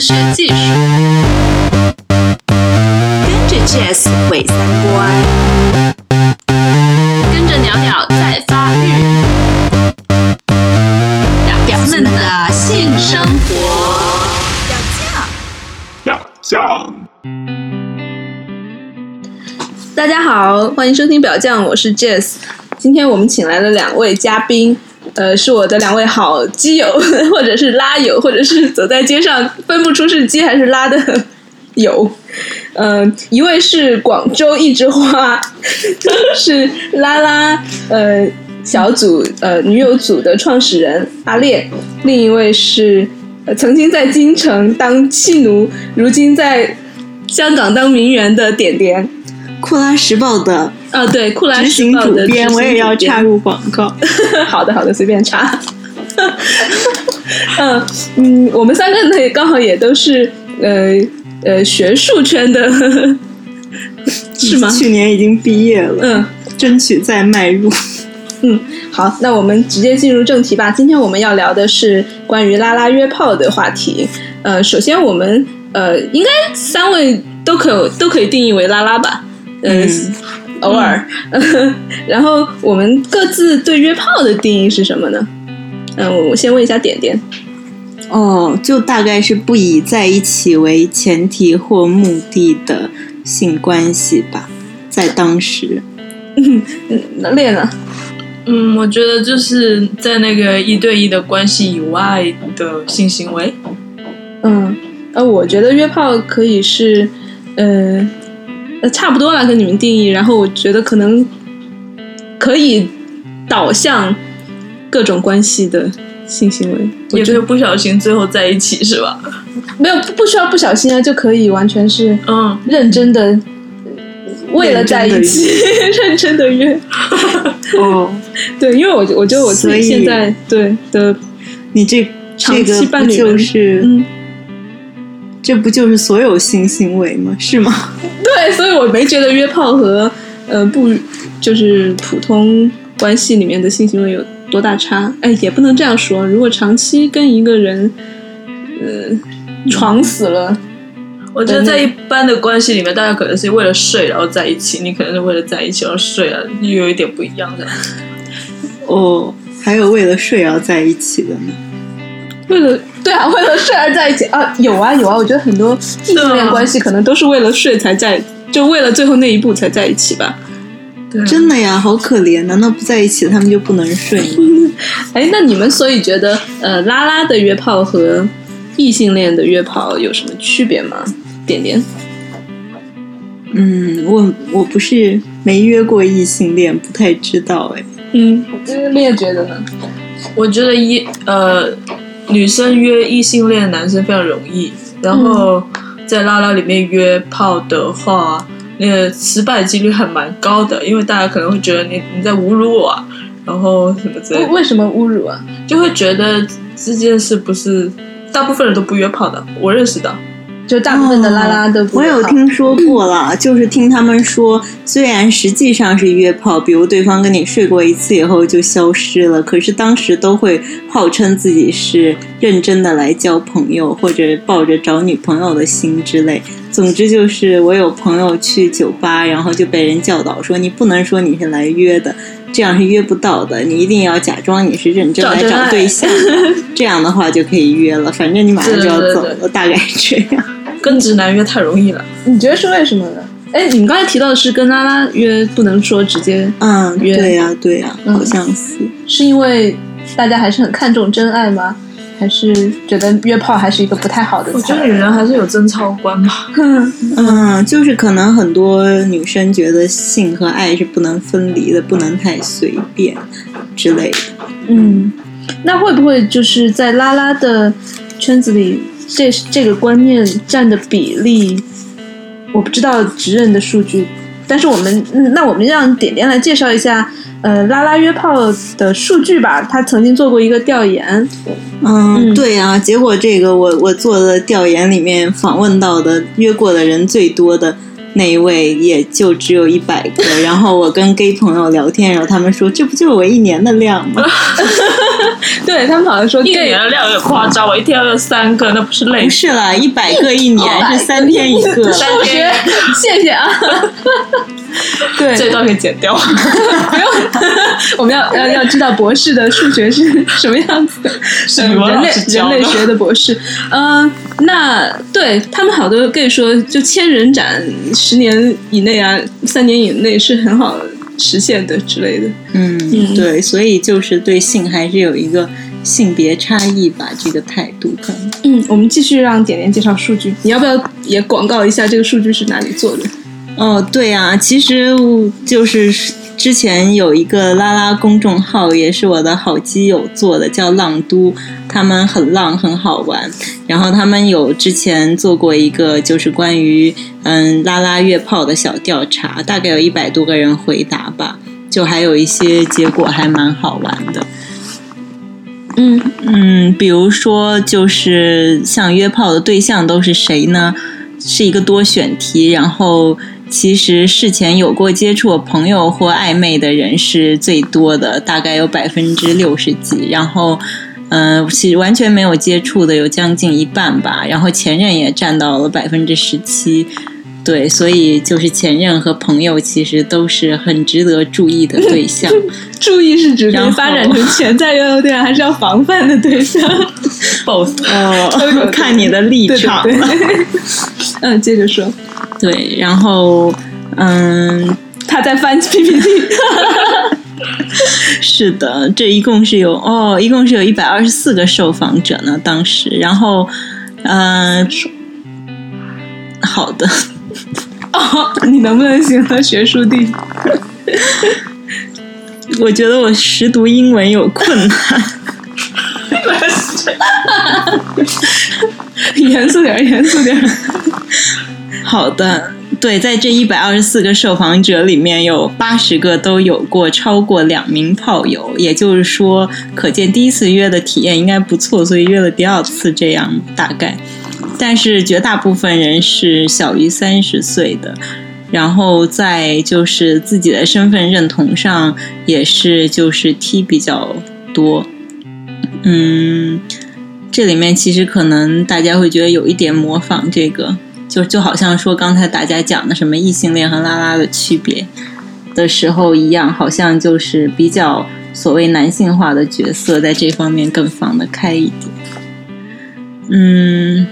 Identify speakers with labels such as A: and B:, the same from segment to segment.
A: 学技术，
B: 跟着 Jazz 毁三观，
A: 跟着鸟鸟在发育，
B: 表
A: 表
B: 们
A: 们
B: 的
A: 的
B: 性
A: 性
B: 生
A: 生活。
C: 亮相。
D: 大家好，欢迎收听表酱，我是 Jess。今天我们请来了两位嘉宾，呃，是我的两位好基友， 或者是拉友，或者是走在街上分不出是基还是拉的友。嗯、一位是广州一枝花， 是拉拉呃小组呃女友组的创始人阿烈，另一位是、呃曾经在京城当弃奴，如今在香港当名媛的点点。
E: 库拉时报的
D: 啊，对，《库兰
E: 执
D: 时
E: 行
D: 报》
E: 主
D: 的
E: 编，
D: 执
E: 我也
D: 行
E: 要
D: 主编
E: 插。入广告。
D: 好的，好的，随便插。嗯嗯，我们三个呢，刚好也都是呃呃学术圈的， 是吗？
E: 去年已经毕业了，
D: 嗯
E: 争取再迈入。
D: 嗯，好，那我们直接进入正题吧。今天我们要聊的是关于拉拉约炮的话题。呃，首先我们呃，应该三位都可都可以定义为拉拉吧。呃、
E: 嗯
D: 偶尔。 然后我们各自对约炮的定义是什么呢？嗯，我我先问一下点点。
E: 哦，就大概是不以在一起为前提或目的的性关系吧，在当时。
D: 嗯，那练呢？
F: 嗯，我觉得就是在那个一对一的关系以外的性行为，
D: 嗯，呃，我觉得约炮可以是，呃，呃差不多了，跟你们定义。然后我觉得可能可以导向各种关系的性行为，我
F: 也
D: 觉
F: 就
D: 得
F: 是不小心最后在一起是吧？
D: 没有不需要不小心啊，就可以完全是
F: 嗯，
D: 认真的。为了在一起， 认真的约，
E: 哦，
D: 对，因为我我觉得我自
E: 所
D: 己
E: 以
D: 现在对的，
E: 你这
D: 长
E: 这个
D: 期伴
E: 不
D: 侣
E: 就
D: 们
E: 是、
D: 嗯，
E: 这不就是所有性行为吗？是吗？
D: 对，哎所以我没觉得约炮和呃不就是普通关系里面的性行为有多大差。哎，也不能这样说，如果长期跟一个人，呃，床死了，
F: 我觉得在一般的关系里面，大家可能是为了睡然后在一起，你可能是为了在一起然后睡了，又有一点不一样的。
E: 哦，还有为了睡而在一起的呢。
D: 为了对啊，为了睡而在一起啊，有啊有啊，我觉得很多异性恋关系可能都是为了睡才在，就为了最后那一步才在一起吧。啊
F: 对
E: 真的呀，好可怜！难道不在一起他们就不能睡吗？
D: 哎，那你们所以觉得呃拉拉的约炮和异性恋的约炮有什么区别吗？点点，
E: 嗯，我我不是没约过异性恋，不太知道哎。
D: 嗯，烈觉得呢？
F: 我觉得一呃，女生约异性恋男生非常容易，然
D: 嗯
F: 后在拉拉里面约炮的话，那个失败几率还蛮高的，因为大家可能会觉得你你在侮辱我、啊，然后什么之类
D: 为
F: 的，
D: 为什么侮辱啊？
F: 就会觉得这件事不是大部分人都不约炮的，我认识的。
D: 就大部分的拉拉都不、
E: 嗯我有，听说过啦，就是听他们说，虽然实际上是约炮，比如对方跟你睡过一次以后就消失了，可是当时都会号称自己是认真的来交朋友，或者抱着找女朋友的心之类。总之就是，我有朋友去酒吧，然后就被人教导说，你不能说你是来约的。这样是约不到的，你一定要假装你是认真来
D: 找真
E: 找
D: 爱
E: 对象的，这样的话就可以约了。反正你马上就要
F: 对对对
E: 走了，大概是这样。
F: 跟直男约太容易了，
D: 你觉得是为什么呢？哎，你们刚才提到的是跟拉拉约不能说直接，
E: 嗯，
D: 约
E: 对呀、对呀、
D: 嗯
E: 好像是。
D: 是因为大家还是很看重真爱吗？还是觉得约炮还是一个不太好的
F: 我觉得
D: 菜？
F: 女人还是有贞操观吧。
E: 嗯，就是可能很多女生觉得性和爱是不能分离的，不能太随便之类的。
D: 嗯，那会不会就是在拉拉的圈子里，这这个观念占的比例，我不知道直人的数据，但是我们、嗯、那我们让点点来介绍一下，呃，拉拉约炮的数据吧。他曾经做过一个调研，
E: 嗯，
D: 嗯
E: 对啊，结果这个我我做的调研里面访问到的约过的人最多的，那一位也就只有一百个。然后我跟 gay 朋友聊天，然后他们说这不就是我一年的量吗？
D: 对他们好像说
F: 一
D: gay
F: 年的量有点夸张，我一天要三个，那不是累
E: 不
F: 死？
E: 是啦，一百个 一年是三天一个。
D: 数学，谢谢 啊，
E: 对，
F: 这段可以剪掉。
D: 不用， 我们要要要知道博士的数学是什么样子的，
F: 是
D: 嗯
F: 语文
D: 人
F: 老
D: 类
F: 师
D: 人
F: 教的
D: 类学的博士。嗯、那对他们好多可以说，就千人展十年以内啊，三年以内是很好实现的之类的。
E: 嗯，对，所以就是对性还是有一个性别差异吧，这个态度可能。
D: 嗯，我们继续让点点介绍数据，你要不要也广告一下这个数据是哪里做的？
E: 哦，对啊，其实我就是之前有一个拉拉公众号，也是我的好基友做的，叫浪都，他们很浪，很好玩。然后他们有之前做过一个就是关于嗯拉拉约炮的小调查，大概有一百多个人回答吧，就还有一些结果还蛮好玩的。
D: 嗯
E: 嗯，比如说就是像约炮的对象都是谁呢？是一个多选题，然后其实事前有过接触的朋友或暧昧的人是最多的，大概有百分之六十几，然后。嗯、其实完全没有接触的有将近一半吧，然后前任也占到了百分之十七，对，所以就是前任和朋友其实都是很值得注意的对 象。
D: 注意是指
E: 然
D: 被
E: 后
D: 发展成潜在拥有对象，还是要防范的对象？
F: boss，
E: 哦，看你的立
D: 对
E: 场
D: 对对。 嗯，接着说，
E: 对，然后嗯，
D: 他在 翻 PPT。
E: 是的，这一共是有哦，一共是有一百二十四个受访者呢，当时，然后嗯、 好的，
D: 哦，你能不能行了，学术帝？
E: 我觉得我识读英文有困难。
D: 严肃点儿，严肃点儿。
E: 好的，对，在这一百二十四个受访者里面，有八十个都有过超过两名炮友，也就是说，可见第一次约的体验应该不错，所以约了第二次，这样大概。但是绝大部分人是小于三十岁的，然后在就是自己的身份认同上也是就是 T 比较多，嗯，这里面其实可能大家会觉得有一点模仿这个，就就好像说刚才大家讲的什么异性恋和拉拉的区别的时候一样，好像就是比较所谓男性化的角色在这方面更放得开一点。嗯，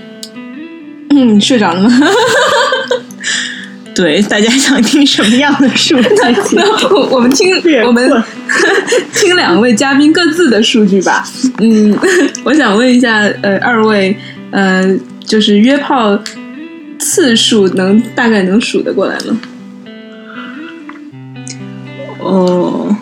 D: 嗯，你睡着了吗？
E: 对，大家想听什么样的数据？
D: 那我我们听
E: 略
D: 我们 听两位嘉宾各自的数据吧。嗯， 我想问一下，呃，二位，呃，就是约炮次数能大概能数得过来吗？
E: 哦，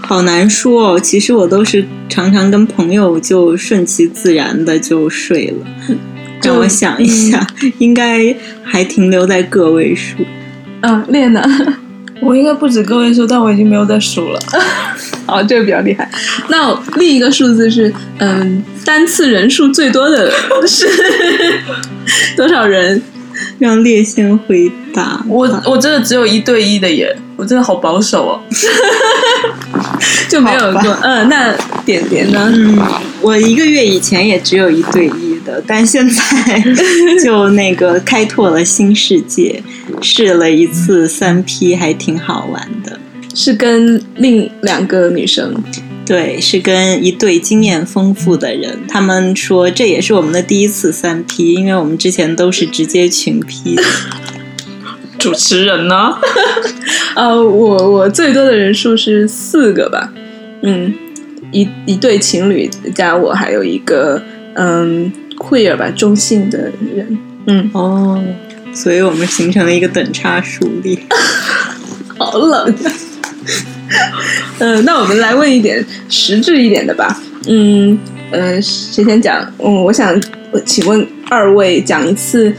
E: 好难说哦。其实我都是常常跟朋友就顺其自然的就睡了。 让我想一下，应该还停留在个位数。
D: 嗯，练呢？
F: 我应该不止个位数，但我已经没有在数了。
D: 哦，这个比较厉害。那另一个数字是，嗯，单次人数最多的是多少人？
E: 让烈先回答。
F: 我我真的只有一对一的耶，我真的好保守 哦。
D: 就没有过。嗯，那点点呢？
E: 嗯，我一个月以前也只有一对一的，但现 在就那个开拓了新世界，试了一次三 P，还挺好玩的。
D: 是跟另两个女生。
E: 对，是跟一对经验丰富的人，他们说这也是我们的第一次三 P，因为我们之前都是直接群 P 的。
F: 主持人呢？
D: 呃，我我最多的人数是四个吧，嗯，一一对情侣加我，还有一个嗯 queer 吧中性的人，嗯，
E: 哦，所以我们形成了一个等差数列。
D: 好冷。嗯，那我们来问一点实质一点的吧，嗯呃，谁先讲？嗯，我想我请问二位讲一次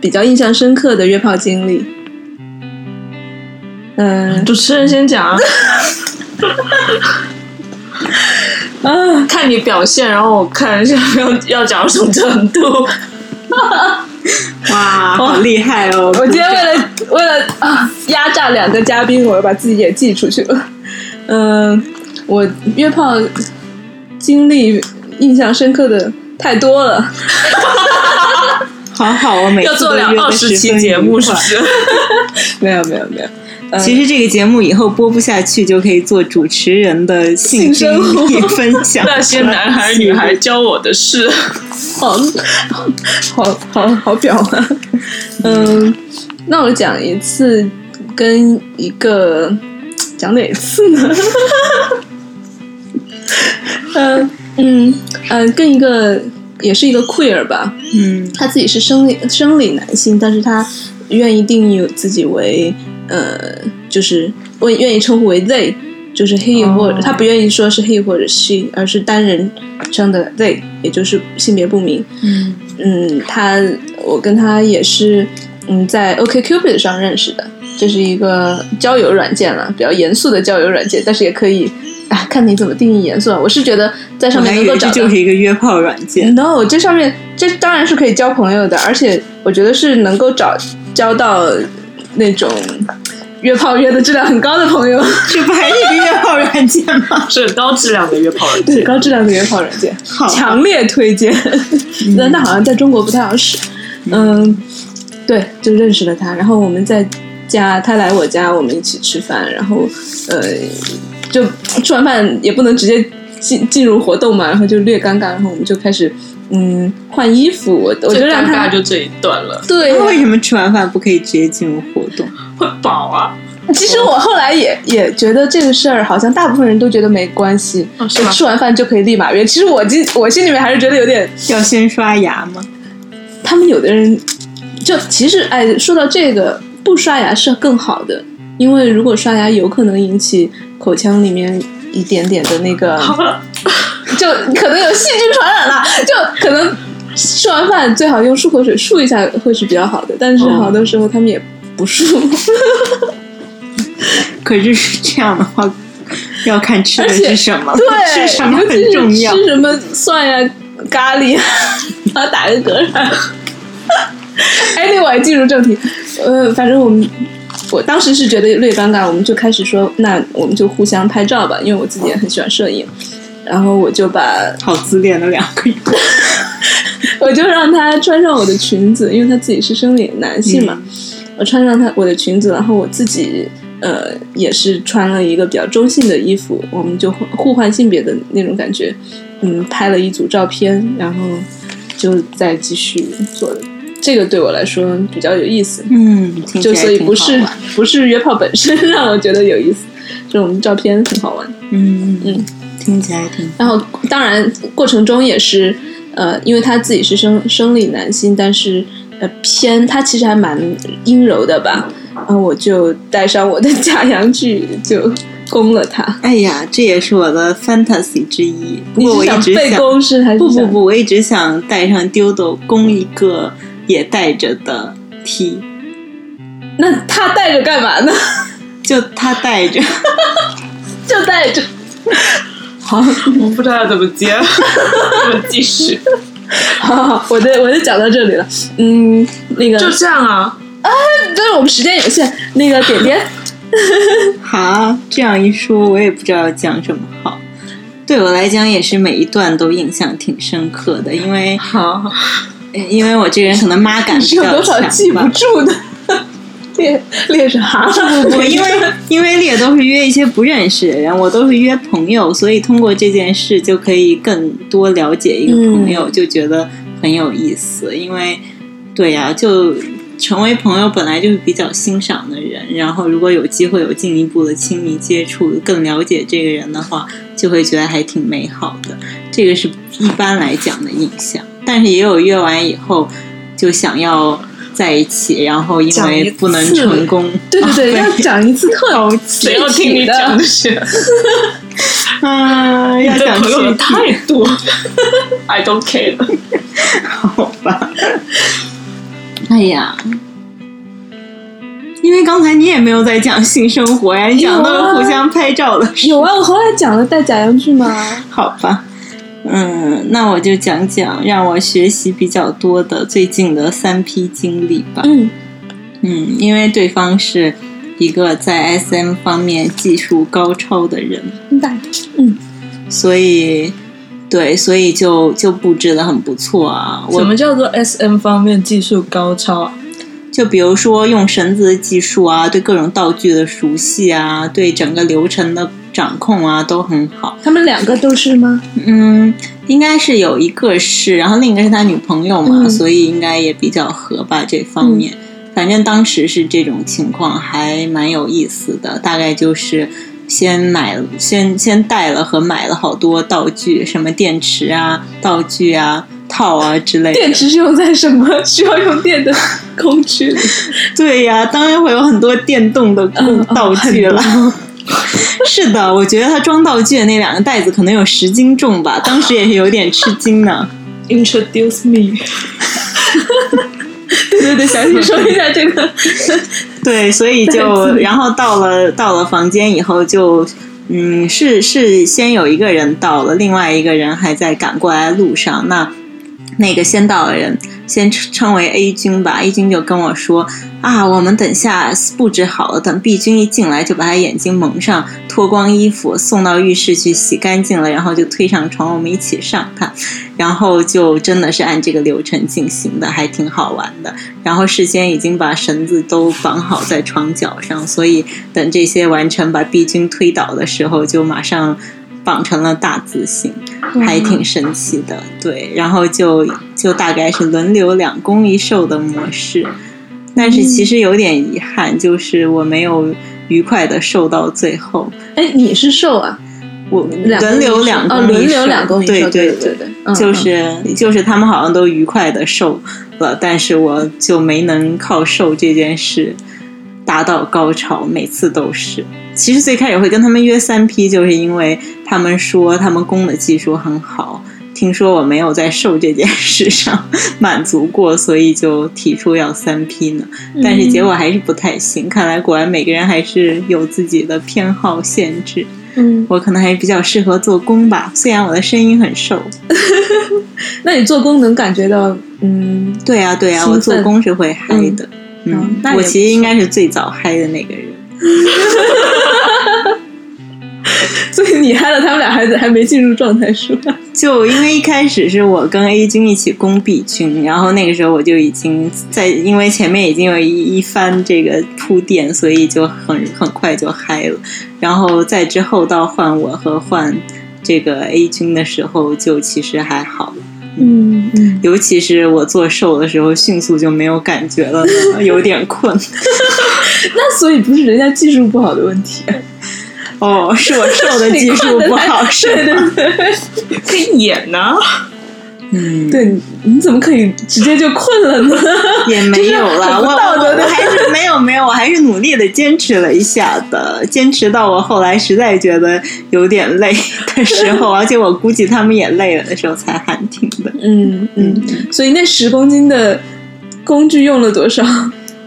D: 比较印象深刻的约炮经历。嗯、
F: 主持人先 讲啊，
D: 啊，
F: 看你表现，然后我看一下要要讲到什么程度。
E: 哇，好厉害哦！
D: 我今天为了为了啊压榨两个嘉宾，我把自己也寄出去了。嗯、我约炮经历印象深刻的太多了。
E: 好好哦，每次
F: 要做
E: 都
F: 两
E: 约得
F: 二十
E: 十
F: 期
E: 分
F: 节
E: 愉
F: 目
E: 快
F: 是不是？
D: 没有没有没有，呃
E: 其实这个节目以后播不下去，就可以做主持人的
D: 性
E: 性
D: 生
E: 经
D: 活
E: 历分享。
F: 那些男孩女孩教我的事，
D: 好好好好表啊。嗯，那我讲一次跟一个讲哪次呢？ 嗯嗯嗯，跟一个也是一个 queer 吧，
E: 嗯
D: 他自己是生理生理男性，但是他愿意定义自己为呃，就是我愿意称呼为 they，就是 he
F: 哦
D: 或者、他不愿意说是 he 或者 she，而是单人称的 they，也就是性别不明。
E: 嗯
D: 嗯，他我跟他也是嗯在 OKCupid 上认识的，这是一个交友软件了，比较严肃的交友软件，但是也可以啊，看你怎么定义严肃啊。我是觉得在上
E: 我
D: 面
E: 还以
D: 能够
E: 为
D: 找
E: 这
D: 到
E: 就是一个约炮软件。
D: no，这上面这当然是可以交朋友的，而且我觉得是能够找交到那种约炮约的质量很高的朋友，
E: 这不还是一个约炮软件 吗？
F: 是高质量的约炮软
D: 对
F: 件。
D: 高质量的约炮软件，
E: 好
D: 强烈推荐。
F: 嗯
D: 但 那好像在中国不太好使。嗯，对，就认识了他，然后我们在家，他来我家，我们一起吃饭，然后呃，就吃完饭也不能直接进进入活动嘛，然后就略尴尬，然后我们就开始。嗯，换衣服，我我就
F: 最
D: 让
F: 尴
D: 他
F: 尬就这一段了，
D: 对
E: 那为什么吃完饭不可以直接进入活动？
F: 会饱啊！
D: 其实我后来也也觉得这个事儿，好像大部分人都觉得没关系，
F: 哦是吗
D: 吃完饭就可以立马约。其实我今我心里面还是觉得有点，
E: 要先刷牙吗？
D: 他们有的人就其实哎，说到这个，不刷牙是更好的，因为如果刷牙有可能引起口腔里面一点点的那个，就可能有细菌传染了，就可能吃完饭最好用漱口水漱一下会是比较好的，但是
F: 哦
D: 好多时候他们也不漱。
E: 可是这样的话，要看吃的是什么，
D: 对，
E: 吃什么
D: 尤其
E: 很
D: 是
E: 重要
D: 吃。什么蒜呀、 咖喱啊，然后打个嗝啥的。Anyway，进入正题，呃，反正我们我当时是觉得略尴尬，我们就开始说，那我们就互相拍照吧，因为我自己也很喜欢摄影，然后我就把
E: 好自恋的两个人，
D: 我就让他穿上我的裙子，因为他自己是生理男性嘛，我穿上他我的裙子，然后我自己呃也是穿了一个比较中性的衣服，我们就互互换性别的那种感觉，嗯，拍了一组照片，然后就再继续做的。这个对我来说比较有意思，
E: 嗯，听起
D: 就
E: 来
D: 所以
E: 挺
D: 不
E: 好
D: 是
E: 玩嗯
D: 不是约炮本身 让我觉得有意思，这种照片很好玩。嗯
E: 嗯嗯，听起来挺
D: 然后当然过程中也是，呃，因为他自己是生生理男性，但是呃偏他其实还蛮阴柔的吧，然后我就带上我的假洋具就攻了他。
E: 哎呀，这也是我的 fantasy 之一。不
D: 你
E: 过
D: 是
E: 我一
D: 想
E: 直
D: 被攻是还是
E: 不不
D: 想
E: 不，我一直想带上丢斗攻一个也带着的 T，
D: 那他带着干嘛呢？
E: 就他带着。
D: 就带着。好，
F: 我不知道怎么 接，怎么继续？
D: 好，好，我的我就讲到这里了。嗯，那个
F: 就，这样啊，
D: 但是我们时间有限，那个点点，
E: 好，这样一说，我也不知道要讲什么好。对我来讲，也是每一段都印象挺深刻的，因为
F: 好，
E: 因为 我这个人可能妈感比
D: 是有
E: 较
D: 多少记
E: 强
D: 不
E: 吧。
D: 住的？ 列列啥？
E: 不 不，因为因为猎都是约一些不认识的人，我都是约朋友，所以通过这件事就可以更多了解一个
F: 嗯
E: 朋友，就觉得很有意思。因为对呀、就成为朋友本来就是比较欣赏的人，然后如果有机会有进一步的亲密接触，更了解这个人的话，就会觉得还挺美好的。这个是一般来讲的印象，但是也有约完以后就想要。在一起，然后因
F: 讲一
E: 为不能
F: 次
E: 成功，
D: 对对 对，要讲一次特具
F: 谁要听
D: 体
F: 你讲
D: 的
F: 这。些？
E: 啊，要
F: 你的
E: 讲
F: 朋友
E: 具
F: 你
E: 体
F: 太多 ，I don't care。
E: 好吧？哎呀，因为刚才你也没有在讲性生活呀，啊你讲到了互相拍照的事，
D: 有啊，我后来讲了带假洋具吗？
E: 好吧？嗯，那我就讲讲让我学习比较多的最近的三批经历吧。
D: 嗯
E: 嗯，因为对方是一个在 SM 方面技术高超的人，
D: 嗯，
E: 所以对，所以就就布置的很不错啊。
F: 什
E: 我
F: 么叫做 SM 方面技术高超啊？
E: 就比如说用绳子的技术啊，对各种道具的熟悉啊，对整个流程的掌控啊，都很好。
D: 他们两个都是吗？
E: 嗯，应该是有一个是，然后另一个是他女朋友嘛，
D: 嗯
E: 所以应该也比较合吧这方面。反正当时是这种情况，还蛮有意思的。大概就是先买，先先带了和买了好多道具，什么电池啊、道具啊、套啊之类的。
D: 电池是用在什么需要用电的工具里？
E: 对呀、当然会有很多电动的工道具了。 是的，我觉得他装道具的那两个袋子可能有十斤重吧，当时也是有点吃惊呢。
F: Introduce me，
D: 对对 对，详细说一下这 个。
E: 对，所以就然后到了到了房间以后就。嗯，是是，先有一个人到了，另外一个人还在赶过来的路上。那那个先到的人，先称为 A 君吧。A 君就跟我说啊，我们等下布置好了，等 B 君一进来就把他眼睛蒙上，脱光衣服送到浴室去洗干净了，然后就推上床，我们一起上他。然后就真的是按这个流程进行的，还挺好玩的。然后事先已经把绳子都绑好在床脚上，所以等这些完成把 B 君推倒的时候，就马上绑成了大字形，
D: 嗯
E: 还挺神奇的。对，然后就就大概是轮流两攻一受的模式，但是其实有点遗憾，就是我没有愉快的受到最后。
D: 哎，你是瘦啊？
E: 我
D: 两
E: 轮流两
D: 哦，
E: 攻一
D: 轮流
E: 受
D: 两公里
E: 对
D: 瘦，对
E: 对
D: 对，嗯
E: 就是就是他们好像都愉快的瘦了，但是我就没能靠瘦这件事达到高潮，每次都是。其实最开始会跟他们约三 P，就是因为他们说他们攻的技术很好，听说我没有在瘦这件事上 满足过，所以就提出要三 P 呢。
D: 嗯
E: 但是结果还是不太行，看来果然每个人还是有自己的偏好限制。
D: 嗯。
E: 我可能还是比较适合做工吧，虽然我的声音很瘦。
D: 那你做工能感觉到嗯
E: 对呀、对呀、啊
D: 兴奋
E: 我做工是会嗨的。
D: 嗯
E: 嗯，
D: 那也
E: 我
D: 不错
E: 其实应该是最早嗨的那个人。
D: 所以你害了他们俩还还没进入状态是吧？
E: 就因为一开始是我跟 A 君一起攻 B 君，然后那个时候我就已经在，因为前面已经有一一番这个铺垫，所以就很很快就嗨了。然后再之后到换我和换这个 A 君的时候，就其实还好。
D: 嗯嗯，
E: 尤其是我做瘦的时候，迅速就没有感觉了呢，有点困。
D: 那所以不是人家技术不好的问题、啊，
E: 哦，是我瘦的技术不好，是
D: 对
E: 吗？
D: 对对，
F: 可以演啊呢、
E: 嗯，
D: 对，你你怎么可以直接就困了呢？
E: 也没有
D: 这
E: 啦，
D: 是很
E: 我
D: 不道德
E: 我
D: 的
E: 我还是没有没有，我还是努力的坚持了一下的，坚持到我后来实在觉得有点累的时候，而且我估计他们也累了的时候才喊停的。
D: 嗯嗯，所以那十公斤的工具用了多少？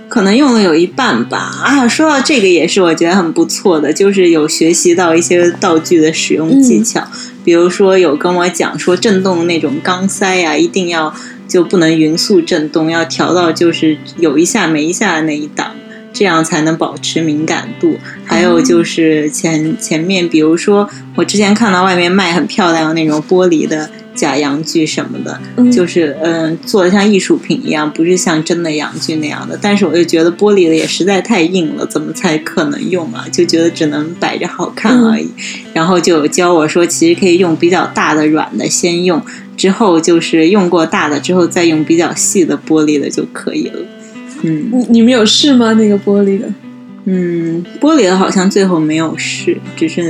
E: 可能用了有一半吧。啊，说到这个也是我觉得很不错的，就是有学习到一些道具的使用技巧，比如说有跟我讲说震动那种钢塞呀、一定要就不能匀速震动，要调到就是有一下没一下的那一档。这样才能保持敏感度。还有就是前前面，比如说我之前看到外面卖很漂亮的那种玻璃的假洋具什么的，
D: 嗯
E: 就是嗯做的像艺术品一样，不是像真的洋具那样的。但是我就觉得玻璃的也实在太硬了，怎么才可能用啊？就觉得只能摆着好看
D: 嗯
E: 而已。然后就有教我说，其实可以用比较大的软的先用，之后就是用过大的之后再用比较细的玻璃的就可以了。嗯
D: 你你们有试吗？那个玻璃的，
E: 嗯，玻璃的好像最后没有试，只是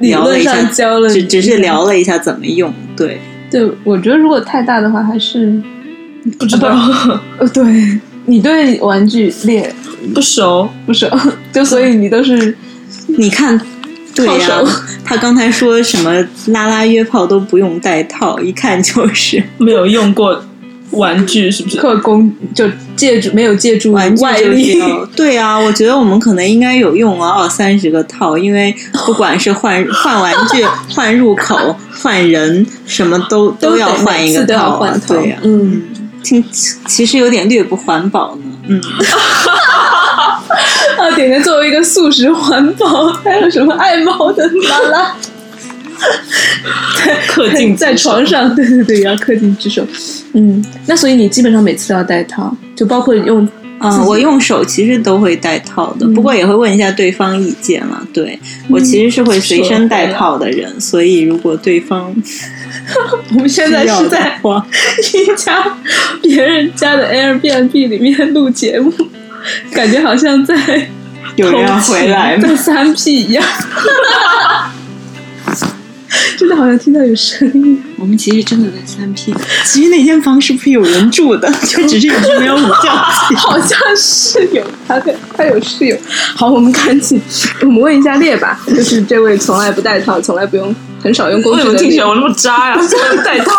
D: 理
E: 聊了
D: 论
E: 一下
D: 上，教了你，
E: 只只是聊了一下怎么用。对，
D: 对，我觉得如果太大的话，还是
F: 不知道，
D: 呃，对你对玩具猎
F: 不熟。
D: 不熟， 就所以你都是
E: 你看，对呀、
D: 套手
E: 他刚才说什么拉拉约炮都不用带套，一看就是
F: 没有用过玩具，是不是？
D: 克工就借助没有借助
E: 玩具
D: 外力
E: 就，是要对啊，我觉得我们可能应该有用啊，二三十个套，因 为不管是换换玩具、换入口、换人，什么都
D: 都
E: 要
D: 得
E: 换一
D: 每
E: 个
D: 次都要
E: 套啊
D: 换套
E: 对呀、
D: 嗯。
E: 听其实有点略不环保呢。嗯，
D: 啊，点点作为一个素食环保，还有什么爱猫的拉拉，
F: 恪尽
D: 在床上，对对对，要恪尽职守。嗯，那所以你基本上每次都要戴套，就包括用
E: 啊，我用手其实都会带套的，不过
D: 嗯
E: 也会问一下对方意见了。对我其实是
D: 嗯
E: 会随
D: 啊
E: 身带套的人，所以如果对方
D: 我们现在
E: 需要
D: 是
E: 的
D: 在
E: 话，
D: 一家别人家的 Airbnb 里面录节目，感觉好像在
E: 有人要回来吗
D: 在三 P 一样， 真的好像听到有声音。
E: 我们其实真的在三 P，其实那间房是不是有人住的？ 就只是有没有午觉。
D: 好像室友，他的他有室友。好，我们赶紧，我们问一下烈吧，就是这位从来不戴套，从来不用，很少用工
F: 为
D: 具
F: 什么
D: 的
F: 听起
D: 烈
F: 来。我那么渣呀、带套，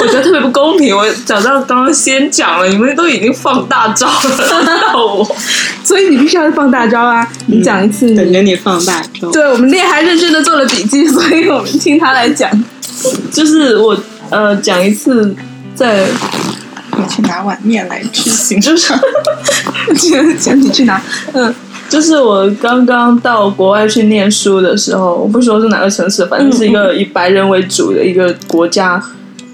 F: 我觉得特别不公平。我早知道刚刚先讲了，你们都已经放大招 了，到我。
D: 所以你必须要放大招啊！你讲一次
F: 嗯
D: 你，
E: 等着你放大招。
D: 对我们烈还认真的做了笔记，所以我们听他来讲。
F: 就是我呃讲一次在
E: 我去拿碗面来吃，行
F: 就是
D: 讲 你去哪？嗯，
F: 就是我刚刚到国外去念书的时候，我不说是哪个城市，反正是一个以白人为主的一个国家，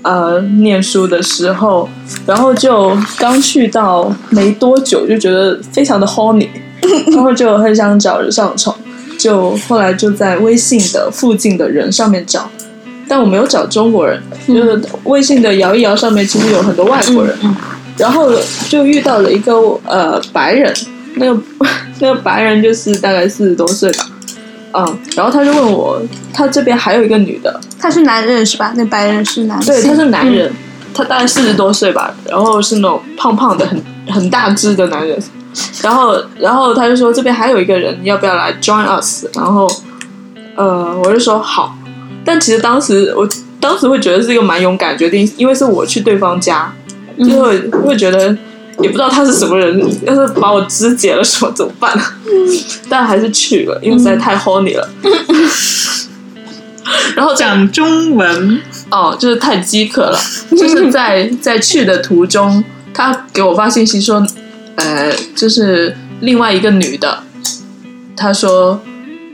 F: 呃，念书的时候，然后就刚去到没多久，就觉得非常的 horny，然后就很想找人上床，就后来就在微信的附近的人上面找。但我没有找中国人，就是微信的摇一摇上面其实有很多外国人，然后就遇到了一个呃白人，那个 那个白人就是大概四十多岁吧，嗯，然后他就问我，他这边还有一个女的，
A: 他是男人是吧？那白人是男性，
F: 对，他是男人，他大概四十多岁吧，然后是那种胖胖的、很很大只的男人，然后然后他就说这边还有一个人，你要不要来 join us？然后呃，我就说好，但其实当时我当时会觉得是一个蛮勇敢的决定，因为是我去对方家，就会会觉得。也不知道他是什么人，要是把我肢解了什么怎么办？ 但还是去了，因为实在太 horny 了。 然后这样。
E: 讲中文，
F: 哦，就是太饥渴了，就是在在去的途中，他给我发信息说，呃，就是另外一个女的，她说，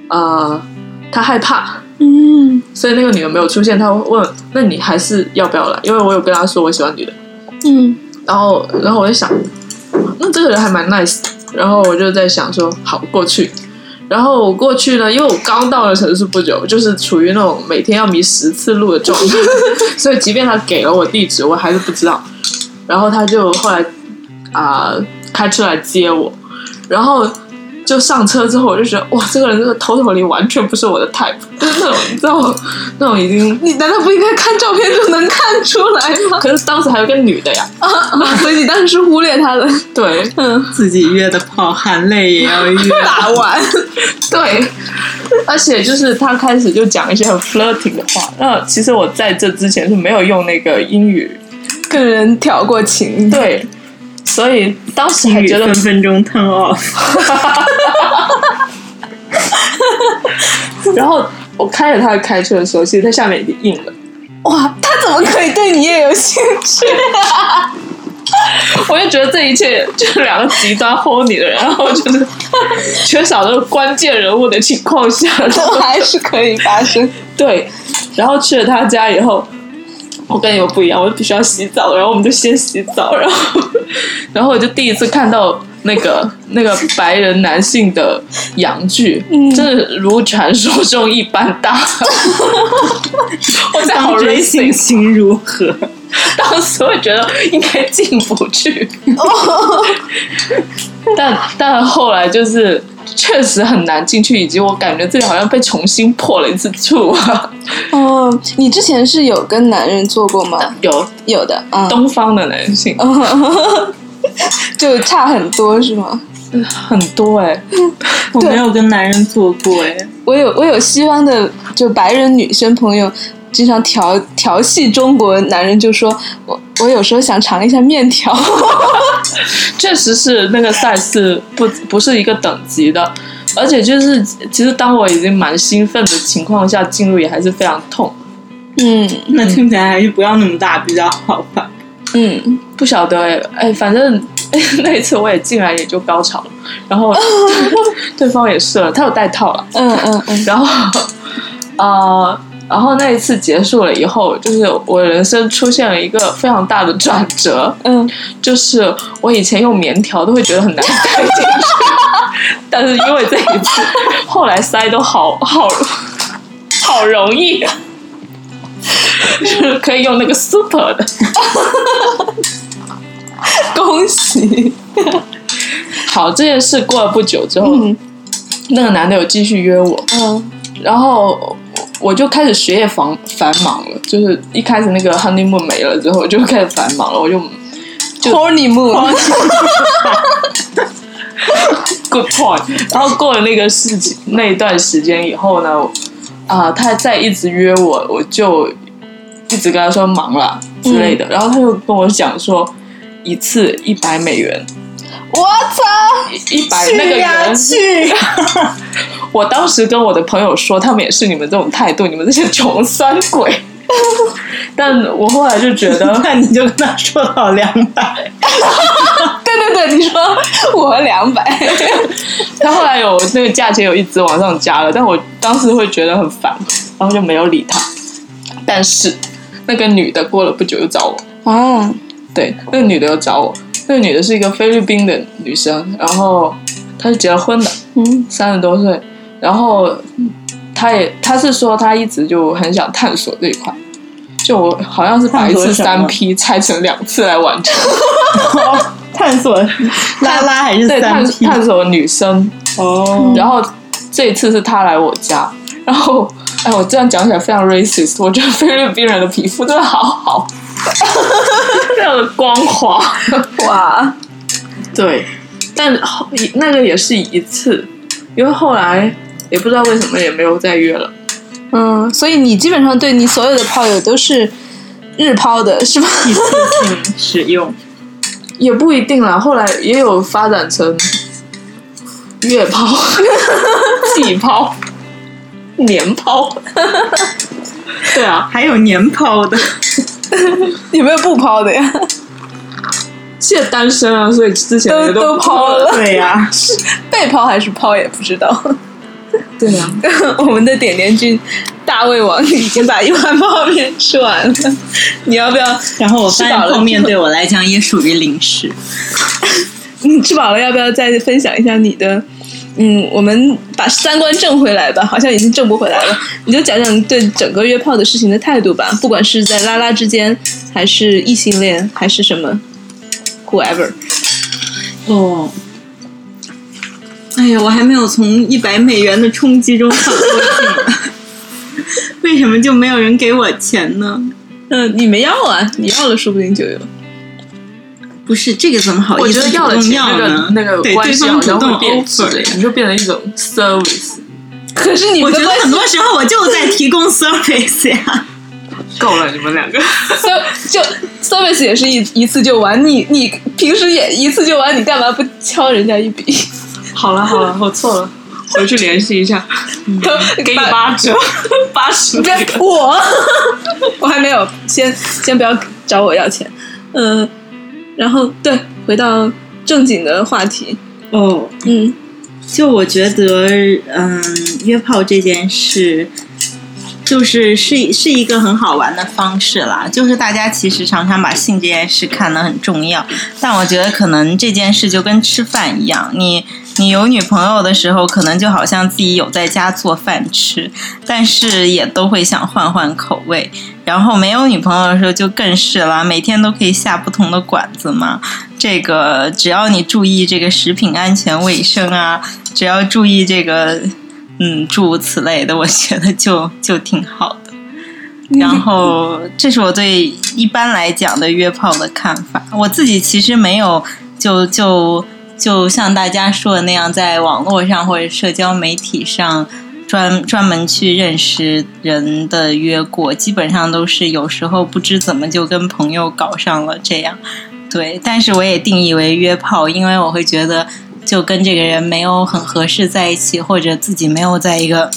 F: 呃，她害怕，嗯，所以那个女的没有出现，她问，那你还是要不要来？因为我有跟她说我喜欢女的， 嗯，然后然后我就想，那这个人还蛮 nice，的然后我就在想说，好过去，然后我过去呢，因为我刚到了城市不久，就是处于那种每天要迷十次路的状态， 所以即便他给了我地址，我还是不知道。然后他就后来啊、开车来接我，然后就上车之后，我就觉得哇，这个人这个头头里完全不是我的 type，就是那种你知道吗那种已经，
D: 你难道不应该看照片就能看出来吗？
F: 可是当时还有一个女的呀，
D: 所以你当时是忽略他的
F: 对，
E: 自己约的炮，含泪也要约。
D: 打完。
F: 对，而且就是他开始就讲一些很 flirting 的话。那其实我在这之前是没有用那个英语，
D: 跟人挑过情，
F: 对，所以当时还觉得
E: 分分钟 turn off，
F: 然后我开着他的开车的时候，其实他下面已经硬了。
D: 哇，他怎么可以对你也有兴趣？
F: 我就觉得这一切就是两个极端 h o n y 的人，然后就是缺少那个关键人物的情况下，
D: 都 还是可以发生。
F: 对，然后去了他家以后，我跟你们不一样，我必须要洗澡，然后我们就先洗澡，然后， 然后我就第一次看到那个那个白人男性的阳具，
E: 嗯
F: 真的如传说中一般 大，我在好
E: 当追
F: racist
E: 性情如何？
F: 当时我觉得应该进不去，但但后来就是确实很难进去，以及我感觉自己好像被重新破了一次处啊。
D: 哦，你之前是有跟男人做过吗？
F: 有
D: 有的啊，
F: 东方的男性、
D: 就差很多是吗？
F: 很多哎、
E: 我没有跟男人做过哎，
D: 我有我有西方的就白人女生朋友，经常调调戏中国男人，就说我我有时候想尝一下面条，
F: 确实是那个赛事不不是一个等级的，而且就是其实当我已经蛮兴奋的情况下进入，也还是非常痛。
D: 嗯
E: 那听起来还是不要那么大比较好吧。
D: 嗯，
F: 不晓得哎哎，反正、 哎、那一次我也竟然也就高潮了，然后 对方也射了，他有带套了，
D: 嗯嗯嗯，
F: 然后呃，然后那一次结束了以后，就是我人生出现了一个非常大的转折，
D: 嗯，
F: 就是我以前用棉条都会觉得很难塞进去， 但是因为这一次，后来塞都好好好容易。啊就是可以用那个 super 的，
D: 恭喜，
F: 好，这件事过了不久之后，
D: 嗯
F: 那个男的有继续约我，
D: 嗯
F: 然后我就开始学业繁繁忙了，就是一开始那个 honeymoon 没了之后，我就开始繁忙了，我就
D: ，horny moon，
F: good point。然后 过了那个事情那一段时间以后呢，啊、他再一直约我，我就一直跟他说忙了之类的，
E: 嗯
F: 然后他就跟我讲说一次一百美元，
D: 我操，
F: 一百那个元
E: 去呀
F: 我当时跟我的朋友说，他们也是你们这种态度，你们这些穷酸鬼。 但我后来就觉
E: 去，
F: 得，
E: 那你就跟他说到两百，
D: 对对对，你说我两百，
F: 他后来有那个价钱有一直往上加了，但我当时会觉得很烦，然后就没有理他。但是那个女的过了不久又找我，
D: 啊，
F: 对，那个女的又找我，那个女的是一个菲律宾的女生，然后她是结了婚的，
D: 嗯
F: 三十多岁，然后他也他是说他一直就很想探索这一块，就我好像是把一次
E: 探索什么
F: 三 P 拆成两次来完成，
E: 探 索拉拉还是
F: 对探
E: 三
F: 探
E: P？
F: 索女生，
E: 哦，
F: 然后这一次是他来我家，然后哎，我这样讲起来非常 racist，我觉得菲律宾人的皮肤真的好好，非常的光滑，
D: 哇，
F: 对，但后那个也是一次，因为后来也不知道为什么也没有再约了。
D: 嗯，所以你基本上对你所有的炮友都是日抛的，是吧？
E: 嗯使用
F: 也不一定啦，后来也有发展成月 抛、季抛、年抛。对啊，
E: 还有年抛 的，
D: 有没有不抛的呀？
F: 现在单身啊，所以之前
D: 都
F: 也
D: 都抛了，
E: 对啊呀、
D: 被抛还是抛也不知道。
F: 对啊，
D: 我们的点点君大胃王已经把一碗泡面吃完了，你要不要？
E: 然后我
D: 吃
E: 发现
D: 饱了
E: 泡面对我来讲也属于零食，
D: 你吃饱了要不要再分享一下你的？嗯，我们把三观正回来吧，好像已经正不回来了。你就讲讲你对整个约炮的事情的态度吧，不管是在拉拉之间，还是异性恋，还是什么，whoever。
E: 哦。哎呀，我还没有从一百美元的冲击中反过劲呢，为什么就没有人给我钱呢？
D: 嗯，你没要啊？你要了，说不定就有。
E: 不是这个怎么好意
F: 我
E: 思
F: 觉得
E: 主
F: 要了
E: 动
F: 钱
E: 要
F: 那
E: 呢
F: 个？那个
E: 对
F: 关
E: 对
F: 系
E: 方
F: 好
E: 主
F: 像
E: 动
F: 会变质
E: offer
F: 了，你就变成一种 service。
D: 可是你
E: 我
D: 们
E: 觉
D: 的
E: 得
D: 关
E: 很多时候我就在提供 service 呀。
F: 够了，你们两个。
D: 系 就 service 也是一一次就完，你你平时也一次就完，你干嘛不敲人家一笔？
F: 好了好了，我错了，回去联系一下，
D: 嗯
F: 给你八折，八十
D: 别我， 我还没有，先先不要找我要钱。嗯、然后对，回到正经的话题。
E: 哦，
D: 嗯
E: 就我觉得，嗯，约炮这件事，就是是是一个很好玩的方式啦。就是大家其实常常把性这件事看得很重要，但我觉得可能这件事就跟吃饭一样，你你有女朋友的时候，可能就好像自己有在家做饭吃，但是也都会想换换口味。然后没有女朋友的时候就更是啦，每天都可以下不同的馆子嘛。这个只要你注意这个食品安全卫生啊，只要注意这个，嗯，诸如此类的，我觉得就 就挺好的。然后，这是我对一般来讲的约炮的看法。我自己其实没有就就就像大家说的那样，在网络上或者社交媒体上，专专门去认识人的约过，基本上都是有时候不知怎么就跟朋友搞上了这样。对，但是我也定义为约炮，因为我会觉得就跟这个人没有很合适在一起，或者自己没有在一个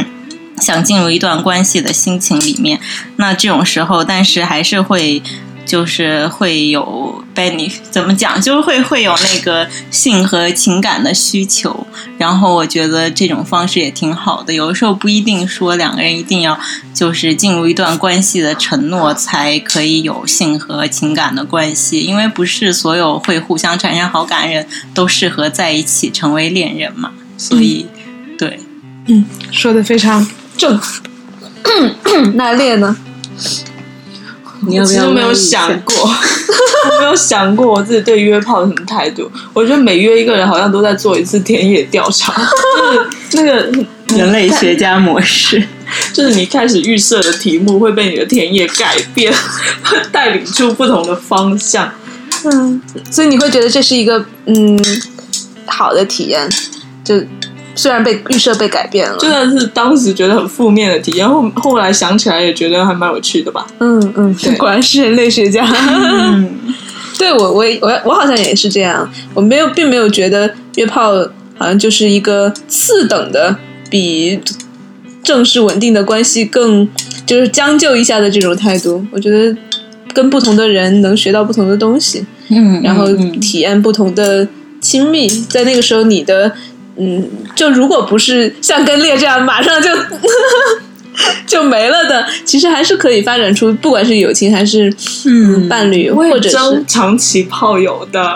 E: 想进入一段关系的心情里面。那这种时候，但是还是会。就是会有 benefit，怎么讲？就是会会有那个性和情感的需求。然后我觉得这种方式也挺好的。有的时候不一定说两个人一定要就是进入一段关系的承诺才可以有性和情感的关系，因为不是所有会互相产生好感的人都适合在一起成为恋人嘛。所以，对，
D: 嗯，说的非常正。 那烈呢？
E: 你要不要
F: 我其实没有想过，我没有想过我自己对约炮有什么态度。我觉得每约一个人，好像都在做一次田野调查， 就是那个
D: 嗯
E: 人类学家模式，
F: 就是你开始预设的题目会被你的田野改变， 会带领出不同的方向。
D: 嗯，所以你会觉得这是一个嗯好的体验，就。虽然被预设被改变了，
F: 真的是当时觉得很负面的体验，后后来想起来也觉得还蛮有趣的吧。
D: 嗯嗯，果然是人类学家。嗯、 对我我我我好像也是这样，我没有并没有觉得约炮好像就是一个次等的，比正式稳定的关系更就是将就一下的这种态度。我觉得跟不同的人能学到不同的东西，
E: 嗯，
D: 然后体验不同的亲密，在那个时候你的。嗯，就如果不是像跟烈这样马上就 就没了的，其实还是可以发展出，不管是友情还是
E: 嗯
D: 伴侣，或者是
F: 长期炮友 的。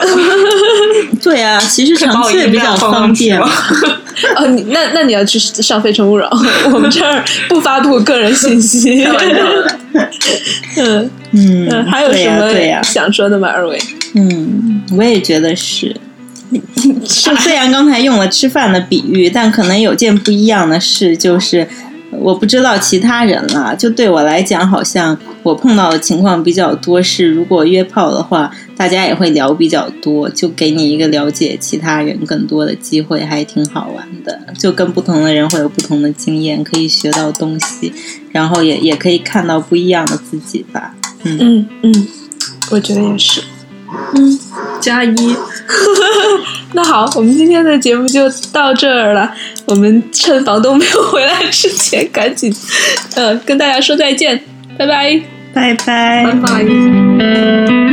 E: 对啊，其实长期也比较方便。嗯
D: 哦，你那那你要去上《非诚勿扰》， 我们这儿不发布个人信息。嗯
E: 嗯
D: 嗯，还有
E: 对
D: 什
E: 呀对啊呀
D: 么想说的吗？二位？
E: 嗯，我也觉得是。 就虽然刚才用了吃饭的比喻，但可能有件不一样的事，就是我不知道其他人啦。就对我来讲，好像我碰到的情况比较多是，如果约炮的话，大家也会聊比较多，就给你一个了解其他人更多的机会，还挺好玩的。就跟不同的人会有不同的经验，可以学到东西，然后也也可以看到不一样的自己吧。
D: 嗯嗯，我觉得也是。
F: 加一，
D: 那好，我们今天的节目就到这儿了。我们趁房东没有回来之前，赶紧，呃，跟大家说再见，拜拜，
E: 拜拜。
D: 拜。